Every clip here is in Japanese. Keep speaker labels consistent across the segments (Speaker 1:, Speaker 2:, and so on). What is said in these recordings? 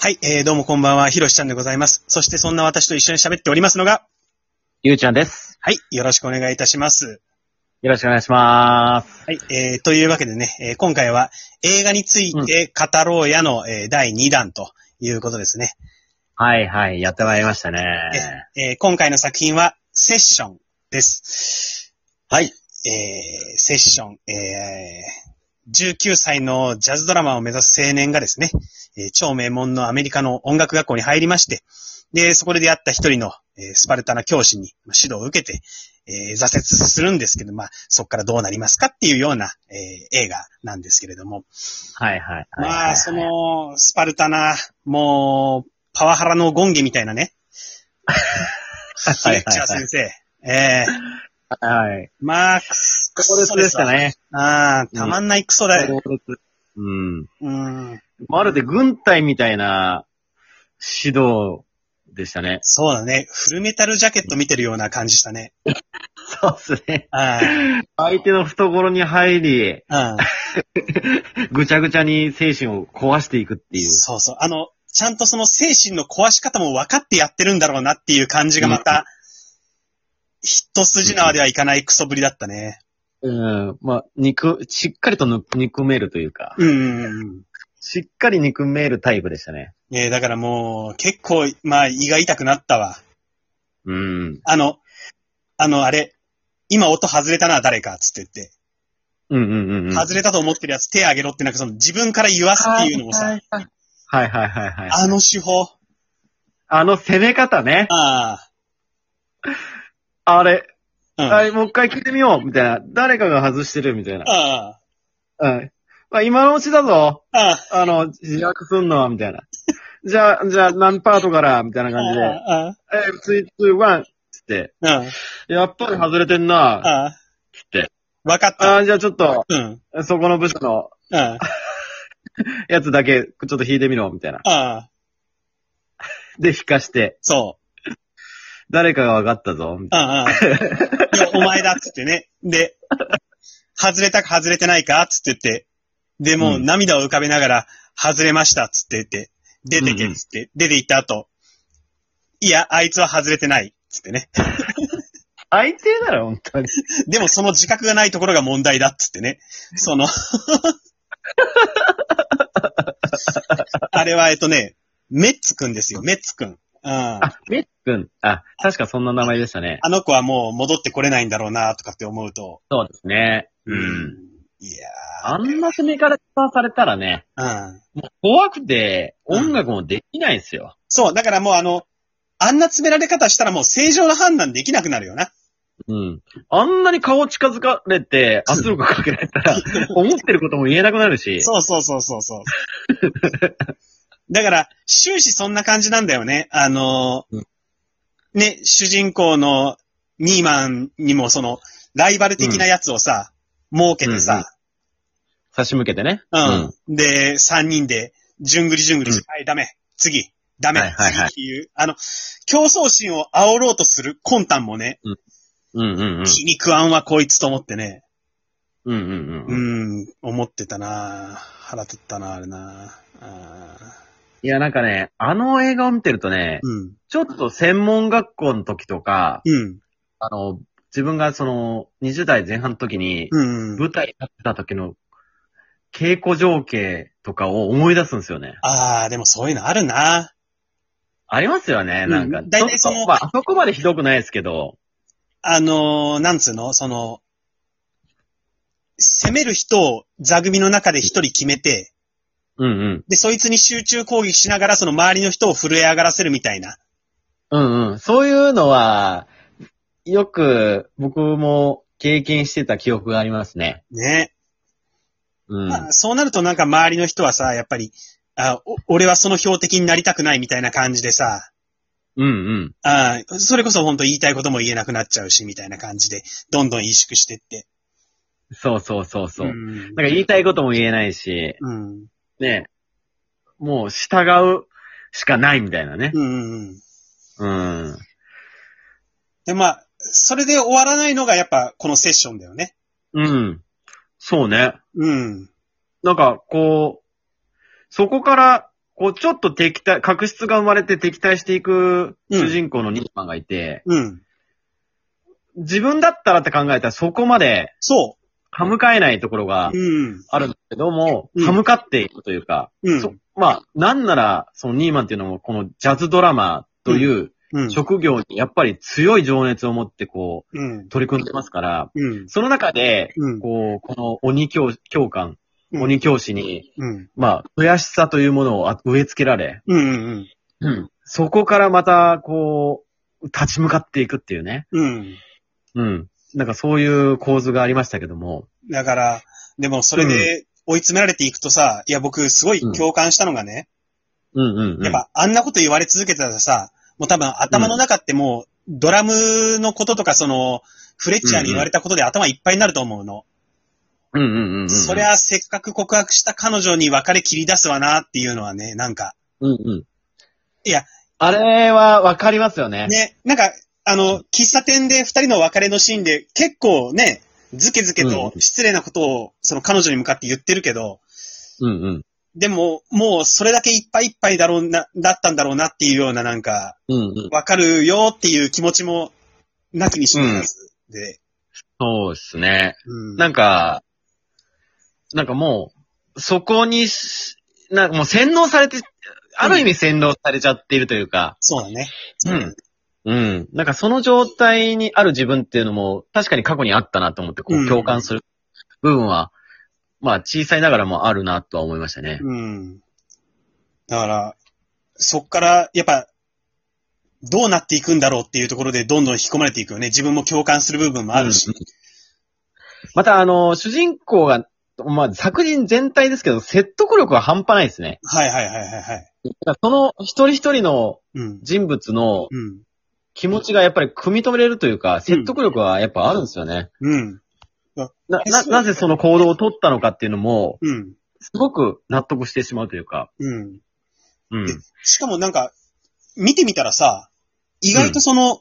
Speaker 1: はい、えー、どうもこんばんは、ひろしちゃんでございます。そしてそんな私と一緒に喋っておりますのが、
Speaker 2: ゆうちゃんです。
Speaker 1: はい、よろしくお願いいたします。
Speaker 2: よろしくお願いします。
Speaker 1: はい、えー、というわけでね、えー今回は映画について語ろうやの、えー第2弾ということですね。
Speaker 2: はいはい、やってまいりましたね。
Speaker 1: えー今回の作品は、セッションです。
Speaker 2: はい。
Speaker 1: えー、セッション、えー、19歳のジャズドラマーを目指す青年がですね、えー超名門のアメリカの音楽学校に入りまして、で、そこで出会った一人の、えースパルタな教師にまあ指導を受けて、えー挫折するんですけど、まあ、そこからどうなりますかっていうような、えー映画なんですけれども、
Speaker 2: はいはい はい。
Speaker 1: まあ、そ、の、スパルタな、もう、パワハラのゴンゲみたいなね。
Speaker 2: は
Speaker 1: はいい
Speaker 2: はい
Speaker 1: 千葉先生。ええ
Speaker 2: はい。
Speaker 1: まあ、クソク
Speaker 2: 強
Speaker 1: ソ
Speaker 2: 烈でした
Speaker 1: わ。
Speaker 2: ね。
Speaker 1: ああ、たまんないクソだよ。
Speaker 2: 強烈うん。
Speaker 1: うん。
Speaker 2: まるで軍隊みたいな指導でしたね。
Speaker 1: そうだね。フルメタルジャケット見てるような感じしたね。
Speaker 2: そうですね。
Speaker 1: あ
Speaker 2: 相手の懐に入り、
Speaker 1: あ、
Speaker 2: ぐちゃぐちゃに精神を壊していくって
Speaker 1: うん。
Speaker 2: いう。
Speaker 1: そうそう。あの、ちゃんとその精神の壊し方も分かってやってるんだろうなっていう感じがまた、一筋縄ではいかないクソぶりだったね。
Speaker 2: うん。まあ、肉、しっかりとぬ憎めるというか、
Speaker 1: うんうんうん。
Speaker 2: しっかり憎めるタイプでしたね。
Speaker 1: えー、だからもう、結構、まあ、胃が痛くなったわ。
Speaker 2: うん。
Speaker 1: あの、あの、あれ、今音外れたな、誰か、つって言って。
Speaker 2: うんうんうんうん。
Speaker 1: 外れたと思ってるやつ手あげろって、なんかその自分から言わすっていうのもさ、
Speaker 2: はいはいはいはい。
Speaker 1: あの手法。
Speaker 2: あの攻め方ね。
Speaker 1: あ
Speaker 2: あれ、
Speaker 1: あ、うん。
Speaker 2: はい、もう一回聞いてみよう、みたいな。誰かが外してる、みたいな。
Speaker 1: あ
Speaker 2: うん。まあ、今のうちだぞ。
Speaker 1: あ、あ
Speaker 2: あの、自虐すんのは、みたいな。じゃあ、じゃあ、何パートから、みたいな
Speaker 1: あ、
Speaker 2: 感じで。
Speaker 1: ああ、
Speaker 2: えー、ツイツー、ワン、つって。
Speaker 1: ああ、
Speaker 2: やっぱり外れてんな。
Speaker 1: ああ、
Speaker 2: て
Speaker 1: わかった。
Speaker 2: あーじゃあちょっと、
Speaker 1: うん。
Speaker 2: そこの部署の
Speaker 1: ああ、
Speaker 2: やつだけ、ちょっと弾いてみろ、みたいな。
Speaker 1: ああ、
Speaker 2: で、弾かして、
Speaker 1: そう。
Speaker 2: 誰かが分かったぞ、みたい
Speaker 1: ああ、いや、お前だっつってね。で、外れたか外れてないかっつって言って、で、もう
Speaker 2: うん
Speaker 1: 涙を浮かべながら、外れましたっつって言って、出て
Speaker 2: うん
Speaker 1: け
Speaker 2: うん
Speaker 1: っつって、出て行った後、いや、あいつは外れてないっつってね。
Speaker 2: な。相手だろ、本当に。
Speaker 1: でもその自覚がないところが問題だっつってね。そ の、あれは、えっとね、メッツくんですよ、メッツくん。うん。あ
Speaker 2: あ、めっくん。あ、確かそんな名前でしたね。
Speaker 1: の子はもう戻ってこれないんだろうな、とかって思うと。
Speaker 2: そうですね。うん。。
Speaker 1: いや
Speaker 2: あんな攻め方されたらね、
Speaker 1: ー。うん。
Speaker 2: 怖くて
Speaker 1: うん
Speaker 2: 音楽もできないんですよ。
Speaker 1: そう、だからもうあの、あんな詰められ方したらもう正常な判断できなくなるよな。
Speaker 2: うん。あんなに顔近づかれて圧力かけられ たら、思ってることも言えなくなるし。
Speaker 1: そうそうそうそうそう。 だから、終始そんな感じなんだよね。あのー
Speaker 2: うん
Speaker 1: ね、主人公のニーマンにもその、ライバル的なやつをさ、設けてさ、
Speaker 2: 差し向けてね。
Speaker 1: うん。で、三人で、じゅんぐりじゅんぐりし、
Speaker 2: うん
Speaker 1: はい、ダメ、次、ダメ、
Speaker 2: はいはいは
Speaker 1: 次
Speaker 2: い
Speaker 1: っていう、あの、競争心を煽ろうとする魂胆もね、
Speaker 2: うんうんうん。
Speaker 1: 気に食わんわこいつと思ってね。
Speaker 2: うんうん
Speaker 1: う
Speaker 2: うん。
Speaker 1: ん、思ってたな腹立ったなあれなあ
Speaker 2: いやなんかね、あの映画を見てるとね
Speaker 1: ー、うん、
Speaker 2: ちょっと専門学校の時とか、
Speaker 1: うん、
Speaker 2: あの、自分がその20代前半の時に、
Speaker 1: うん。
Speaker 2: 舞台立ってた時の稽古情景とかを思い出すんですよね。
Speaker 1: ああ、でもそういうのあるな
Speaker 2: ありますよね、
Speaker 1: うん
Speaker 2: なんか。
Speaker 1: 大体その
Speaker 2: ちょっとまあ、あそこまでひどくないですけど。
Speaker 1: あのー、なんつうのその、攻める人を座組の中で一人決めて、
Speaker 2: うんうん。
Speaker 1: で、そいつに集中攻撃しながら、その周りの人を震え上がらせるみたいな。
Speaker 2: うんうん。そういうのは、よく僕も経験してた記憶がありますね。
Speaker 1: ね。
Speaker 2: うん。
Speaker 1: まあ、そうなるとなんか周りの人はさ、やっぱり、あお俺はその標的になりたくないみたいな感じでさ、
Speaker 2: うんうん。
Speaker 1: ああ、それこそ本当言いたいことも言えなくなっちゃうし、みたいな感じで、どんどん萎縮してって。
Speaker 2: そうそうそうそう。
Speaker 1: ん
Speaker 2: なんか言いたいことも言えないし、
Speaker 1: うん。
Speaker 2: ね。もう従うしかないみたいなね。
Speaker 1: うんうん。
Speaker 2: うん。
Speaker 1: で、まあ、それで終わらないのがやっぱこのセッションだよね。
Speaker 2: うん。そうね。
Speaker 1: うん。
Speaker 2: なんか、こう、そこからこう、ちょっと敵対、確執が生まれて敵対していく
Speaker 1: うん
Speaker 2: 主人公のニッパンがいて、
Speaker 1: うん。
Speaker 2: 自分だったらって考えたらそこまで
Speaker 1: そ
Speaker 2: 歯向かえないところが
Speaker 1: う。うん。
Speaker 2: あるんだけども、
Speaker 1: うん
Speaker 2: 歯向かっていくというか、
Speaker 1: うん。
Speaker 2: そまあ、なんなら、そのニーマンっていうのも、このジャズドラマーという
Speaker 1: うん。
Speaker 2: 職業にやっぱり強い情熱を持ってこ
Speaker 1: うん
Speaker 2: う、。取り組んでますから、
Speaker 1: うん。
Speaker 2: その中で、
Speaker 1: うん。
Speaker 2: こう、この鬼教、教官、
Speaker 1: うん
Speaker 2: 鬼教師に、
Speaker 1: うん。
Speaker 2: まあ、悔しさというものをあ植え付けられ、
Speaker 1: うん。うん。
Speaker 2: そこからまた、こう、立ち向かっていくっていうね。
Speaker 1: うん。
Speaker 2: うん。なんかそういう構図がありましたけども。
Speaker 1: だから、でもそれで追い詰められていくとさ、いや僕すごい共感したのがね、
Speaker 2: うんうん、うん。
Speaker 1: やっぱあんなこと言われ続けてたらさ、もう多分頭の中ってもうドラムのこととかその、フレッチャーに言われたことで頭いっぱいになると思うの。
Speaker 2: うんうんうん、うん。
Speaker 1: そり、ゃせっかく告白した彼女に別れ切り出すわなっていうのはね、なんか、
Speaker 2: うんうん。
Speaker 1: いや。
Speaker 2: あれはわかりますよね。
Speaker 1: ね、なんか、あの、喫茶店で二人の別れのシーンで結構ね、ずけずけと失礼なことをその彼女に向かって言ってるけど、
Speaker 2: うんうん。
Speaker 1: でも、もうそれだけいっぱいいっぱいだろうな、だったんだろうなっていうようななんか、
Speaker 2: うんうん。
Speaker 1: わかるよっていう気持ちもなきにしもあらずで。
Speaker 2: そうですね。
Speaker 1: うん
Speaker 2: なんか、なんかもう、そこにし、なんかもう洗脳されて、ある意味洗脳されちゃっているというか、
Speaker 1: そうだね。
Speaker 2: うん。うん。なんかその状態にある自分っていうのも、確かに過去にあったなと思って、こ
Speaker 1: うん
Speaker 2: う共感する部分は、まあ小さいながらもあるなとは思いましたね。
Speaker 1: うん。だから、そっから、やっぱ、どうなっていくんだろうっていうところでどんどん引き込まれていくよね。自分も共感する部分もあるし。
Speaker 2: またあの、主人公が、まあ作品全体ですけど、説得力は半端ないですね。
Speaker 1: はいはいはいはいはい。
Speaker 2: だからその一人一人の
Speaker 1: うん。
Speaker 2: 人物の
Speaker 1: うん。
Speaker 2: 気持ちがやっぱり汲み止めれるというか、説得力はやっぱあるんですよね。
Speaker 1: うん。
Speaker 2: な、
Speaker 1: え
Speaker 2: な、
Speaker 1: そう
Speaker 2: なぜその行動を取ったのかっていうのも、
Speaker 1: うん。
Speaker 2: すごく納得してしまうというか。
Speaker 1: うん。
Speaker 2: うん。
Speaker 1: しかもなんか、見てみたらさ、意外とその、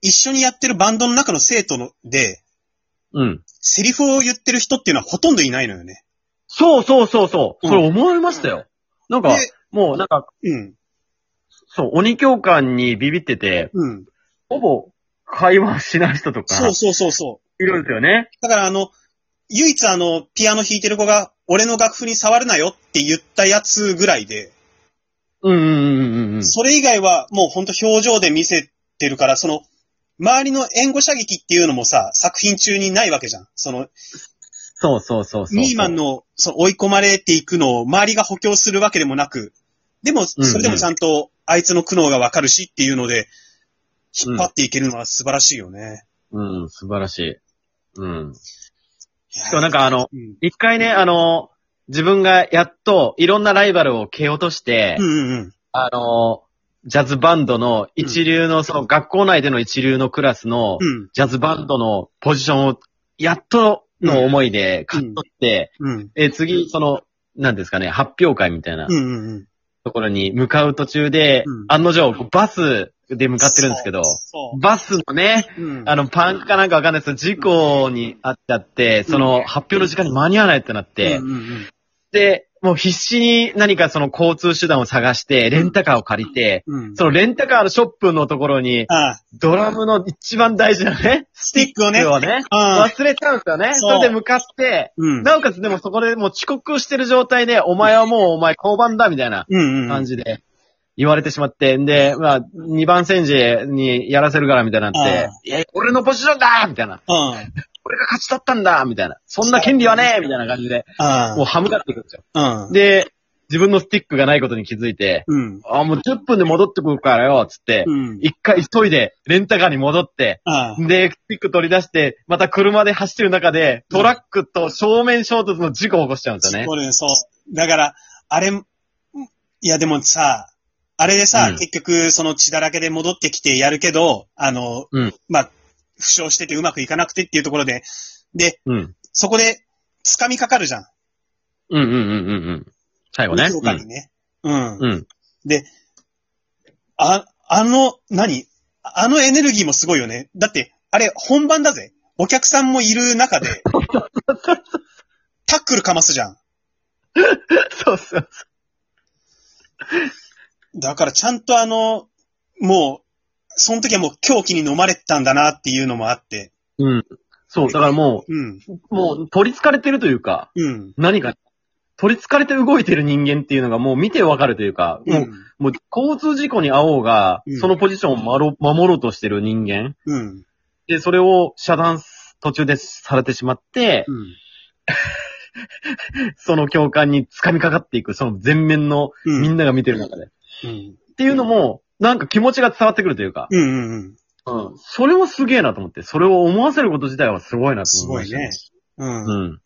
Speaker 1: 一緒にやってるバンドの中の生徒ので、
Speaker 2: うん。
Speaker 1: セリフを言ってる人っていうのはほとんどいないのよね。
Speaker 2: そうそうそうそう。
Speaker 1: うん
Speaker 2: それ思いましたよ。なんか
Speaker 1: で、
Speaker 2: もうなんか、
Speaker 1: うん。
Speaker 2: そう、鬼教官にビビってて、
Speaker 1: うん。
Speaker 2: ほぼ会話しない人とか、
Speaker 1: そうそうそうそう。
Speaker 2: いるんですよね。
Speaker 1: だからあの、唯一あの、ピアノ弾いてる子が、俺の楽譜に触るなよって言ったやつぐらいで、
Speaker 2: うんうんうんうんうん。
Speaker 1: それ以外はもうほんと表情で見せてるから、その、周りの援護射撃っていうのもさ、作品中にないわけじゃん。その、
Speaker 2: そうそうそうそう。
Speaker 1: ニーマンの、その追い込まれていくのを周りが補強するわけでもなく、でも、
Speaker 2: うんうん
Speaker 1: それでもちゃんと、あいつの苦悩がわかるしっていうので、引っ張っていけるのは素晴らしいよね。
Speaker 2: うん、素晴らしい。うん。
Speaker 1: いや
Speaker 2: そう、なんかあの、
Speaker 1: うん
Speaker 2: 一回ね、あの、自分がやっといろんなライバルを蹴落として、
Speaker 1: うんうんうん。
Speaker 2: あの、ジャズバンドの一流の、その学校内での一流のクラスの、
Speaker 1: うん。
Speaker 2: ジャズバンドのポジションを、やっとの思いで勝っとって、
Speaker 1: うん。
Speaker 2: え、次、その、なんですかね、発表会みたいな
Speaker 1: うんうんうん。
Speaker 2: ところに向かう途中で、
Speaker 1: うん
Speaker 2: 案の定、バスで向かってるんですけど、
Speaker 1: そ
Speaker 2: バスのね、
Speaker 1: う。うん
Speaker 2: あの、パンクかなんかわかんないですけど、事故にあっちゃって、その、発表の時間に間に合わないってなって、
Speaker 1: うんうんうん
Speaker 2: で、もう必死に何かその交通手段を探して、レンタカーを借りて、
Speaker 1: うん。
Speaker 2: そのレンタカーのショップのところに、
Speaker 1: ああ
Speaker 2: ドラムの一番大事なね、
Speaker 1: スティックをね。
Speaker 2: をね、
Speaker 1: ああ
Speaker 2: 忘れちゃうんですよね。
Speaker 1: そう
Speaker 2: それで向かって、
Speaker 1: うん。
Speaker 2: なおかつでもそこでもう遅刻してる状態で、お前はもうお前交番だみたいな
Speaker 1: うんうん。
Speaker 2: 感じで言われてしまって、んで、まあ、2番戦時にやらせるからみたいになって
Speaker 1: あ、
Speaker 2: いや、俺のポジションだみたいな。
Speaker 1: うん。あ
Speaker 2: 俺が勝ち取ったんだみたいな。そんな権利はねみたいな感じで、
Speaker 1: あ
Speaker 2: もうはむかっていくんですよ。
Speaker 1: うん。
Speaker 2: で、自分のスティックがないことに気づいて、
Speaker 1: うん。
Speaker 2: あ、もう10分で戻ってくるからよ、つって
Speaker 1: う、ん。
Speaker 2: 一回急いで、レンタカーに戻って、
Speaker 1: ああ
Speaker 2: で、スティック取り出して、また車で走ってる中で、トラックと正面衝突の事故を起こしちゃうんですよね。
Speaker 1: これ、そう。だから、あれ、いやでもさ、あれでさ、
Speaker 2: うん
Speaker 1: 結局、その血だらけで戻ってきてやるけど、あの、
Speaker 2: うん
Speaker 1: まあ、負傷しててうまくいかなくてっていうところで、で、
Speaker 2: うん。
Speaker 1: そこで、掴みかかるじゃん。
Speaker 2: うんうんうんうんうん。最後ね。
Speaker 1: そううか
Speaker 2: ん
Speaker 1: に。ね。うん。
Speaker 2: うん。
Speaker 1: あ、あの、何あのエネルギーもすごいよね。だって、あれ、本番だぜ。お客さんもいる中 で、タックルかますじゃん。
Speaker 2: そうそう。
Speaker 1: だからちゃんとあの、もう、その時はもう狂気に飲まれてたんだなっていうのもあって。
Speaker 2: うん。そう、だからも
Speaker 1: うん。
Speaker 2: う、もう取り憑かれてるというか、
Speaker 1: うん。
Speaker 2: 何か、取り憑かれて動いてる人間っていうのがもう見てわかるというか、もう、もう交通事故に遭おうが
Speaker 1: うん、
Speaker 2: そのポジションを守ろ守ろうとしてる人間。
Speaker 1: うん。
Speaker 2: で、それを遮断す途中でされてしまって、
Speaker 1: うん。
Speaker 2: その共感に掴みかかっていく、その全面の
Speaker 1: うん。
Speaker 2: みんなが見てる中で。っ
Speaker 1: うん。
Speaker 2: ていうのも、なんか気持ちが伝わってくるというか、
Speaker 1: うんうんうん。
Speaker 2: うん。それはすげえなと思って、それを思わせること自体はすごいなと
Speaker 1: す
Speaker 2: 思い
Speaker 1: ご
Speaker 2: ま
Speaker 1: い
Speaker 2: した
Speaker 1: ね。。うん。
Speaker 2: うん。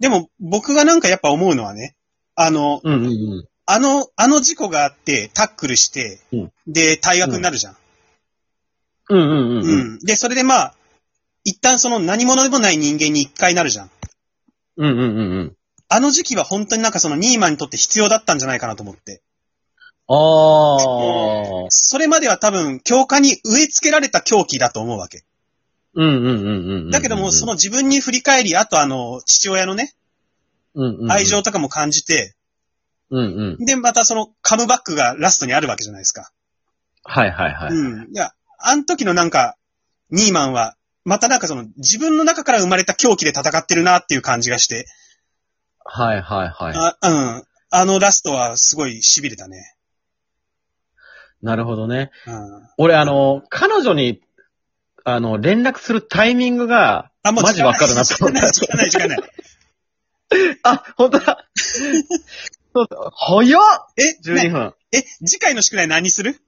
Speaker 1: でも僕がなんかやっぱ思うのはね、あの、
Speaker 2: うんうんうん。
Speaker 1: あの、あの事故があって、タックルして、
Speaker 2: うん
Speaker 1: で、退学になるじゃん。
Speaker 2: うんうん
Speaker 1: う
Speaker 2: うんうん。
Speaker 1: ん。で、それでまあ、一旦その何者でもない人間に一回なるじゃん。
Speaker 2: うんうんうんうん。
Speaker 1: あの時期は本当になんかそのニーマンにとって必要だったんじゃないかなと思って。
Speaker 2: あー。
Speaker 1: それまでは多分、教科に植え付けられた狂気だと思うわけ。
Speaker 2: うんうんうんうん。
Speaker 1: だけども、その、自分に振り返り、あとあの、父親のね、
Speaker 2: うんうんうん、
Speaker 1: 愛情とかも感じて、
Speaker 2: うんうん。
Speaker 1: で、またそのカムバックがラストにあるわけじゃないですか。
Speaker 2: はいはいはい。
Speaker 1: うん。いや、あの時のなんか、ニーマンは、またなんかその自分の中から生まれた狂気で戦ってるなっていう感じがして、
Speaker 2: はいはいはい。
Speaker 1: あうん。あのラストはすごい痺れたね。
Speaker 2: なるほどね。
Speaker 1: うん。
Speaker 2: 俺あの、彼女に、あの、連絡するタイミングが、
Speaker 1: あ、
Speaker 2: マジわかるな
Speaker 1: 時
Speaker 2: と
Speaker 1: 間
Speaker 2: 思
Speaker 1: ない、時間ない、時間ない。
Speaker 2: あ、本当だ。そうそう。早っ
Speaker 1: え、
Speaker 2: !12
Speaker 1: ね
Speaker 2: 分。
Speaker 1: え、次回の宿題何する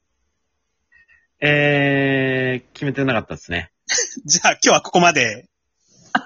Speaker 2: えー、決めてなかったですね。
Speaker 1: じゃあ今日はここまで。